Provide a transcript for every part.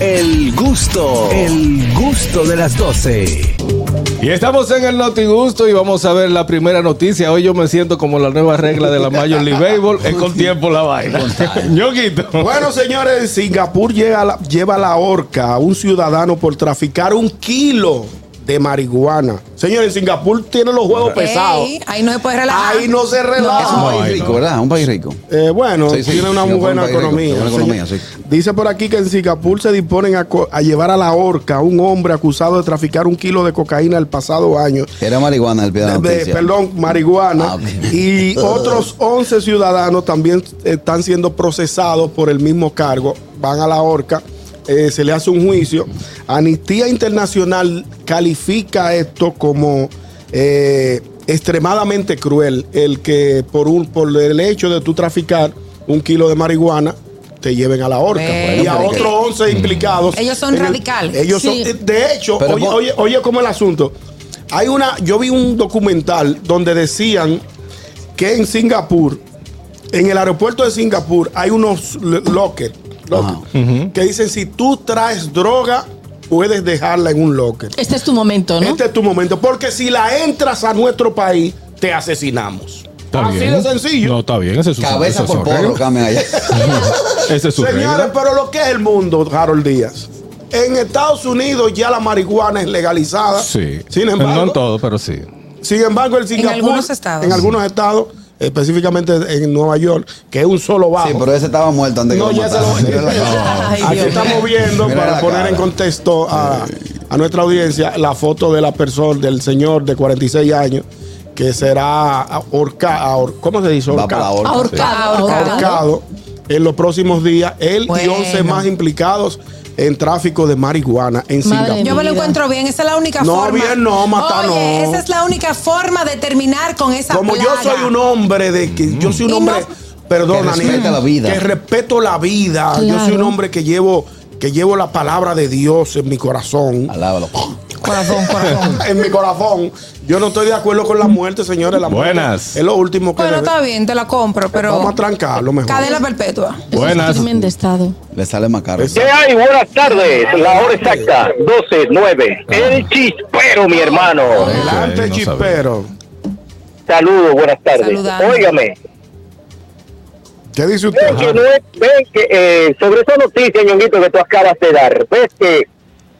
El gusto, el gusto de las 12. Y estamos en el Notigusto y vamos a ver la primera noticia. Hoy yo me siento como la nueva regla de la Major League Baseball. Es con tiempo la vaina. Ñoquito. Bueno, señores, Singapur llega a la- lleva a la horca a un ciudadano por traficar un kilo de marihuana. Señores, Singapur tiene los juegos pesados. Ey, ahí no se puede relajar. Ahí no se Es un relaja. país rico, ¿verdad? Un país rico. Eh, bueno, Sí, sí, tiene una Singapur muy es un buena país rico, economía. tiene buena economía, Señor- sí. Dice por aquí que en Singapur se disponen a, co- a llevar a la horca a un hombre acusado de traficar un kilo de cocaína el pasado año. Era marihuana el pie de la de- noticia. perdón, marihuana. Ah, ok. Y otros 11 ciudadanos también están siendo procesados por el mismo cargo. Van a la horca, eh, se le hace un juicio. Amnistía Internacional califica esto como eh, extremadamente cruel. El que por, un, por el hecho de tú traficar un kilo de marihuana te lleven a la horca. Bueno, y a pero que- otros 11 implicados. Ellos son en el- radicales. ellos Sí. son, de hecho, Pero oye, pon- oye, oye, ¿cómo es el asunto? Hay una, yo vi un documental donde decían que en Singapur, en el aeropuerto de Singapur, hay unos l- locker, locker, Ajá. que dicen si tú traes droga, puedes dejarla en un locker. Este es tu momento, ¿no? Este es tu momento, porque si la entras a nuestro país, te asesinamos. Está Así bien. de sencillo. No, está bien. Ese es su ese Cabeza es por su porro, regla. cambian allá. Ese es su Señores, regla. pero lo que es el mundo, Harold Díaz. En Estados Unidos ya la marihuana es legalizada. Sí. Sin embargo, No en todo, pero sí. Sin embargo, el Singapur. algunos estados. en algunos estados, específicamente en Nueva York, que es un solo bajo. Sí, pero ese estaba muerto antes No, que lo ya se lo- mataran. Mira la cara. Ay, Aquí Dios. estamos viendo, Mira para la poner cara. Eh. en contexto a, a nuestra audiencia, la foto de la persona, del señor de 46 años, que será ahorcado. ¿Cómo se dice? Va para la horca. Ahorcado, ahorcado. Ahorcado en los próximos días. Él y Bueno. 11 más implicados en tráfico de marihuana en Madre Singapur. Yo me lo Mira. encuentro bien, esa es la única No, forma. bien no, Mata, Oye, no. esa es la única forma de terminar con esa Como yo plaga. soy un hombre de que yo soy un Y hombre, no- perdón, Que respeta Daniel, la vida. que respeto la vida. Yo soy un Claro. hombre que llevo que llevo la palabra de Dios en mi corazón. Alábalo. Corazón, corazón. en mi corazón, yo no estoy de acuerdo con la muerte, señores. La muerte Buenas. es lo último que bueno, debe- está bien, te la compro, pero... Vamos a trancarlo mejor. Cadena perpetua. Eso Buenas. Es crimen de estado. Le sale más caro. ¿Qué hay? Buenas tardes. La hora exacta, 12.09. El chispero, mi hermano. Adelante, Ok, no chispero. Saludos, buenas tardes. Saludando. Óigame, ¿Qué dice usted? ven que no es- ven que, eh, sobre esa noticia, ñonguito, que tú acabas de dar, ves que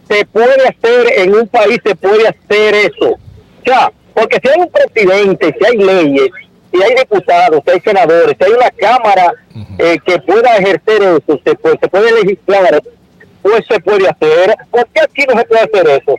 se puede hacer, en un país se puede hacer eso. O sea, porque si hay un presidente, si hay leyes, si hay diputados, si hay senadores, si hay una cámara eh, que pueda ejercer eso, se puede, se puede legislar, pues se puede hacer. ¿Por qué aquí no se puede hacer eso?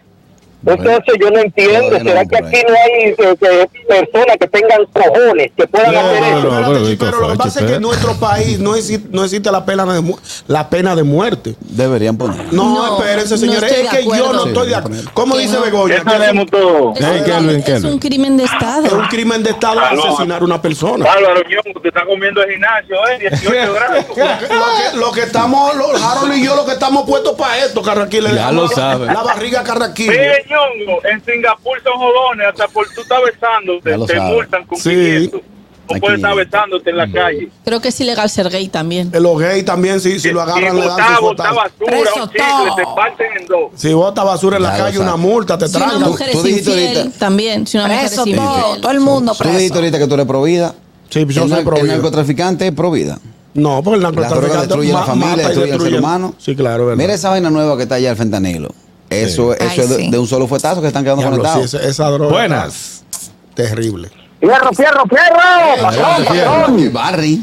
Entonces yo no entiendo, todavía no ¿será vamos que por ahí. aquí no hay eh, eh, personas que tengan cojones que puedan No, hacer no, eso? no, Espérate, pero, chispero, lo que Rico, pasa es que en chispero. nuestro país no existe, no existe la, pena de mu- la pena de muerte. Deberían poner. No, No, espérense, no señores. estoy es de que yo acuerdo. no Sí, estoy de no, acuerdo. no. ¿Cómo Que dice no. Begoña? Que es un- todo. Es, Ey, un, Kelvin, es Kelvin. un crimen de es estado. un crimen de Estado Ah, no. ah, asesinar a una persona. Álvaro Ñongo, te está comiendo el gimnasio, ¿eh? 18 grados. Lo que, lo que estamos, lo- Harold y yo, lo que estamos puestos para esto, Carraquil. Le Ya dejamos lo la- sabe. La barriga a Carraquil. Mire, Ñongo, en Singapur son jodones, hasta por tú estar Ya besándote, lo te sabe. multan con Sí. 500. Aquí. No puedes estar besándote en la calle. Creo que es ilegal ser gay también. Eh, Los gays también, si, si lo agarran, y le dan botar, su botar botazo. basura, Preso un chicle, todo. te parten en dos. Si bota basura en la Ya lo calle, una sabe. multa, te Si una tragan. mujer Tú es dijiste infiel, ahorita- también. Si una mujer Preso es infiel. todo, todo el mundo Tú dijiste preso. ahorita que tú eres pro vida. Sí, yo El soy nar- pro El vida. narcotraficante es pro vida. No, porque el droga narcotraficante destruye la ma- familia, mata y destruye al ser el- humano. Sí, claro, verdad. Mira esa vaina nueva que está allá el fentanilo. Eso, eso Ay, es de, sí. de un solo fuetazo que están quedando Diablo, sí, conectados. esa, esa droga. Buenas. está Terrible. ¡Fierro, fierro, fierro! ¡Patrón, Adelante, patrón! Y Barry.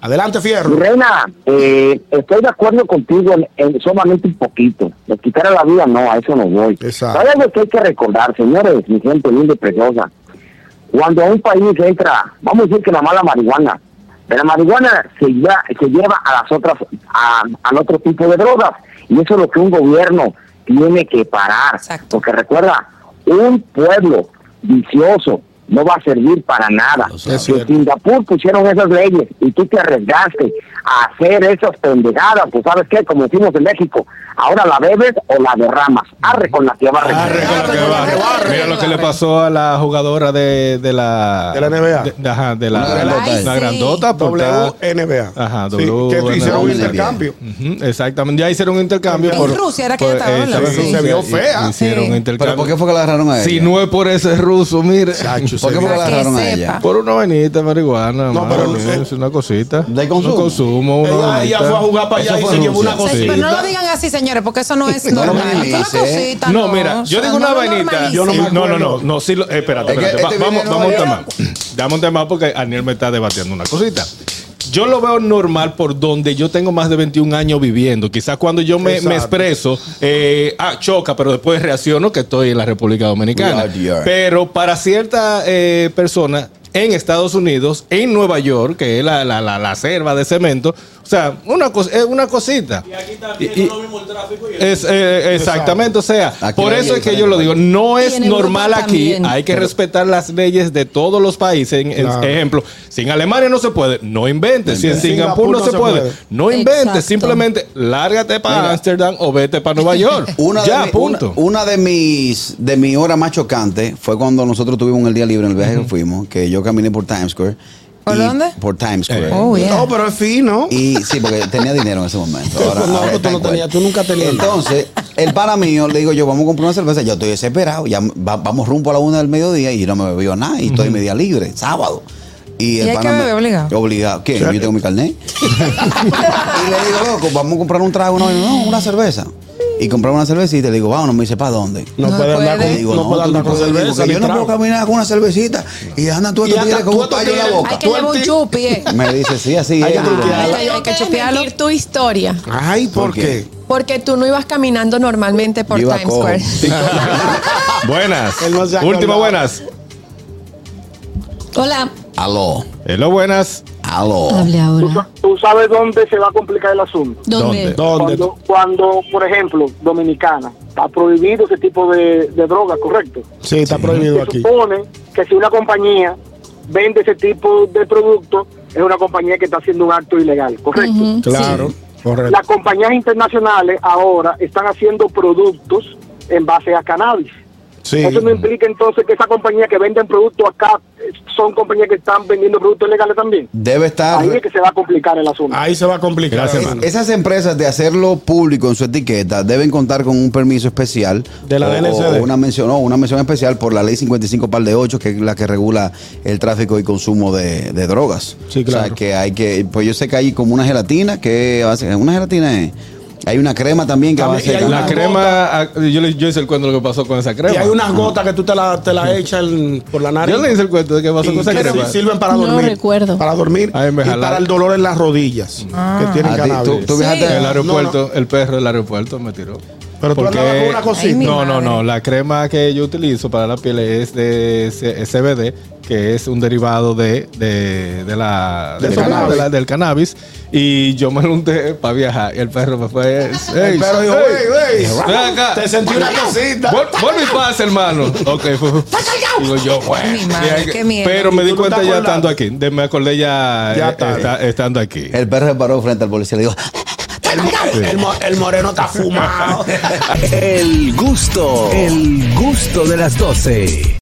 Adelante, Fierro. Reina, eh, estoy de acuerdo contigo en, en solamente un poquito. De quitar a la vida, no, a eso no voy. Exacto. Hay algo que hay que recordar, señores, mi gente linda y preciosa. Cuando a un país entra, vamos a decir que la mala marihuana, de la marihuana se, ya, se lleva a las otras, a- al otro tipo de drogas. Y eso es lo que un gobierno tiene que parar. Exacto. Porque recuerda, un pueblo vicioso no va a servir para nada. Es En cierto. Singapur pusieron esas leyes y tú te arriesgaste a hacer esas pendejadas. Pues sabes qué, como decimos en México, ahora la bebes o la derramas. Arre con la que barre. Arre con lo que barre. Mira lo que le pasó a la jugadora de, de la. De la NBA. de- de- ajá, de la, Una grandota. la- la Ay, sí. grandota. pues, por estar- E. WNBA. Ajá, Sí, W N B A. que hicieron un WNBA. intercambio. Ujú, exactamente. Ya hicieron un intercambio. En Rusia era que por- pues, estaba, ¿verdad? exacto, Sí, se vio fea. Hicieron Sí. un ¿Pero por qué intercambio. fue que la agarraron a ella? Si no es por ese ruso, mire. Chacho, ¿Por se qué vio- fue que la Para que agarraron a sepa. ella? Por una vainita de marihuana. No, No, pero- es una cosita. ¿De consumo? De consumo. una Ella, ella vainita. fue a jugar para Eso allá y fue se en llevó una Rusia. Sí, cosita. pero no lo digan así, señores, porque eso no es No lo normal. Es una minimices. cosita, No, mira, o yo sea, digo una no lo vainita. normalices. Yo no me Sí, no, no, acuerdo. no, no, sí, lo- eh, espérate, Es que espérate. Va- este vamos, video vamos a un no tema. Dame un tema porque Aniel me está debatiendo una cosita. Yo lo veo normal por donde yo tengo más de 21 años viviendo. Quizás cuando yo me, me Exacto. expreso, eh, ah, choca, pero después reacciono que estoy en la República Dominicana. We are the earth. Pero para cierta eh, persona en Estados Unidos, en Nueva York, que es la, la, la, la selva de cemento, o sea, una, cos- es una cosita. Y aquí también lo mismo el tráfico. exactamente, o sea, Aquí por la eso ley es que es yo lo digo, diferente. no Y es en Europa normal aquí, también. hay que respetar las leyes de todos los países. En, en- Claro. Ejemplo, si en Alemania no se puede, no inventes. Si en Singapur, no se puede, no inventes. Exacto. Simplemente lárgate para Mira. Ámsterdam o vete para Nueva York. Una de, ya, mi- punto. una- una de mis de mi hora más chocante fue cuando nosotros tuvimos el día libre en el viaje que fuimos, que yo caminé por Times Square. ¿Por y- dónde? Por Times Eh. Square. Oh, yeah. No, pero es fino. Y sí, porque tenía dinero en ese momento. Ahora, No, ahora tú está no en cuenta. tenías, tú nunca tenías nada. Entonces, el pana mío le digo yo, vamos a comprar una cerveza. Yo estoy desesperado. Ya va- vamos rumbo a la una del mediodía y no me bebió nada. Y estoy media libre, sábado. Y, el hay pana que me- beber obligado? Obligado. ¿Qué? Yo tengo mi carnet. y le digo, loco, vamos a comprar un trago. No, no, una cerveza. Y compramos una cerveza y te digo, vámonos. Me dice, ¿para dónde? No, No puede puede. andar Le con, digo, no, puede tú andar con puedes, cerveza. porque ni yo no puedo trago. caminar con una cervecita y andan tú Y estos hasta tigres con tú un estos payo en la tigres- boca. Hay que llevar un chupi. eh. Me dice, sí, así Hay es. que Digo, truquear. "Ah, Ay, Hay hay que que chupearlo. admitir tu historia. Ay, ¿por ¿Por qué? qué? Porque tú no ibas caminando normalmente por yo iba Times cojo". Square. buenas. Él no se acordaba. Última buenas. Hola. Aló, Hello, buenas. aló. ahora. Tú sabes dónde se va a complicar el asunto. ¿Dónde? ¿Dónde? Cuando, cuando, por ejemplo, Dominicana, está prohibido ese tipo de, de droga, ¿correcto? Sí, está prohibido Se aquí. supone que si una compañía vende ese tipo de producto, es una compañía que está haciendo un acto ilegal, ¿correcto? Claro, correcto. Las compañías internacionales ahora están haciendo productos en base a cannabis. Sí. Eso no implica entonces que esa compañía que venden productos acá eh, son compañías que están vendiendo productos legales también. Debe estar. Ahí es que se va a complicar el asunto. Ahí se va a complicar. Gracias, hermano. Esas empresas de hacerlo público en su etiqueta deben contar con un permiso especial De la o- DNCD. o una mención, no, una mención especial por la ley 55 par de 8 que es la que regula el tráfico y consumo de, de drogas. Sí, O claro. sea, que hay que pues yo sé que hay como una gelatina que va a ser- una gelatina es- hay una crema también que También- va a y Ah, hay ser La una crema, ah, yo, le- yo hice el cuento de lo que pasó con esa crema. Y hay unas gotas que tú te la, te la echas en- por la nariz. Yo le hice el cuento de que pasó Y con esa que crema. sí sirven para No dormir. recuerdo. Para dormir Ay, me y jalaron. para el dolor en las rodillas que tienen Ah, ti- cannabis. tú- tú viajaste- En el aeropuerto, No, el perro del aeropuerto me tiró. Pero tú andabas con una cosita. Ay, mi no, no, madre. no. La crema que yo utilizo para la piel es de C- CBD, que es un derivado de, de, de la, Del del, cannabis. cannabis. de la- del cannabis. Y yo me lo unté para viajar. Y el perro me fue. "Ey, El perro dijo, ey, "Ey, ey, ven acá. te sentí una cosita. Vol- Vuelve y pasa, hermano. Ok, fue- fue- Digo yo, bueno. Mi madre, Mira que- qué miedo. Pero me ¿Y di tú no te cuenta ya acuerdas? estando aquí. De- me acordé ya, Ya eh, tarde. esta- estando aquí. el perro se paró frente al policía y le dijo El, mo- el moreno está fumado. El gusto, el gusto de las 12.